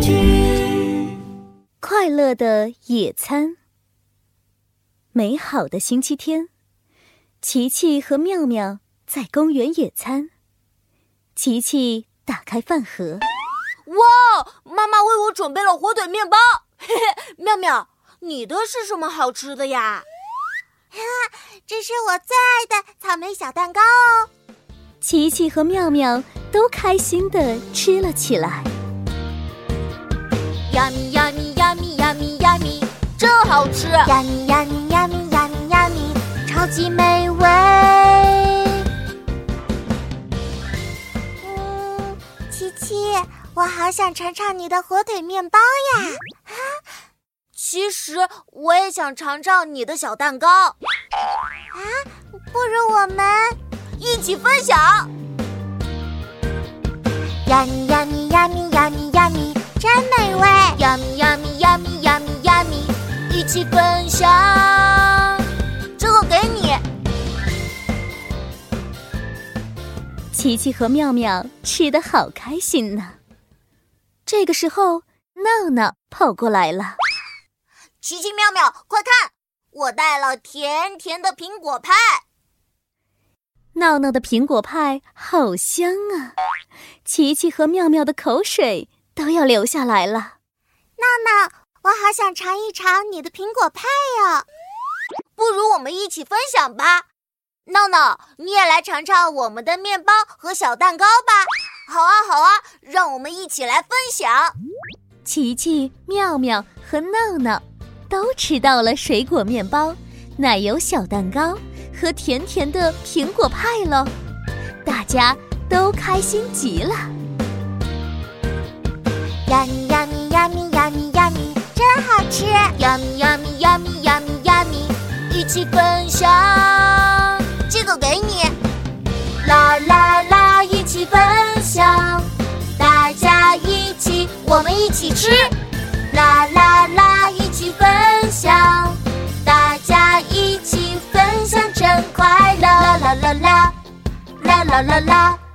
剧。快乐的野餐。美好的星期天，琪琪和妙妙在公园野餐。琪琪打开饭盒，哇，妈妈为我准备了火腿面包。 嘿嘿，妙妙，你的是什么好吃的呀？ 这是我最爱的草莓小蛋糕哦！琪琪和妙妙都开心的吃了起来。呀咪呀咪呀咪呀咪呀咪，真好吃！呀咪呀咪呀咪呀咪呀咪，超级美味！嗯，琪琪，我好想尝尝你的火腿面包呀！其实我也想尝尝你的小蛋糕，啊不如我们一起分享。呀咪呀咪呀咪呀咪呀咪，真美味！呀咪呀咪呀咪呀咪呀咪，一起分享。这个给你，琪琪和妙妙吃的好开心呢。这个时候，闹闹跑过来了。奇奇妙妙，快看，我带了甜甜的苹果派。闹闹的苹果派好香啊！琪琪和妙妙的口水都要流下来了。闹闹，我好想尝一尝你的苹果派哟、不如我们一起分享吧。闹闹，你也来尝尝我们的面包和小蛋糕吧。好啊，好啊，让我们一起来分享。琪琪、妙妙和闹闹都吃到了水果面包、奶油小蛋糕和甜甜的苹果派喽，大家都开心极了。呀咪呀咪呀咪呀咪呀咪，真好吃！呀咪呀咪呀咪呀咪呀咪，一起分享。这个给你，啦啦啦，一起分享，大家一起，我们一起吃，啦啦啦，一起分享，大家一起分享真快乐，啦啦啦啦，啦啦啦啦。